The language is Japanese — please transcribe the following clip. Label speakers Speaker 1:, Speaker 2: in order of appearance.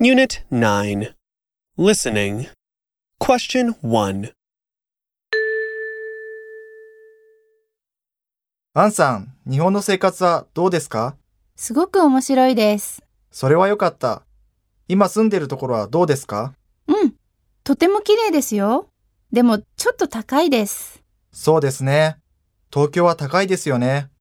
Speaker 1: Unit 9. Listening. Question 1.
Speaker 2: アンさん、日本の生活はどうですか
Speaker 3: すごく面白いです。
Speaker 2: それは良かった。今住んでるところはどうですか
Speaker 3: うん。とても綺麗ですよ。でも、ちょっと高いです。
Speaker 2: そうですね。東京は高いですよね。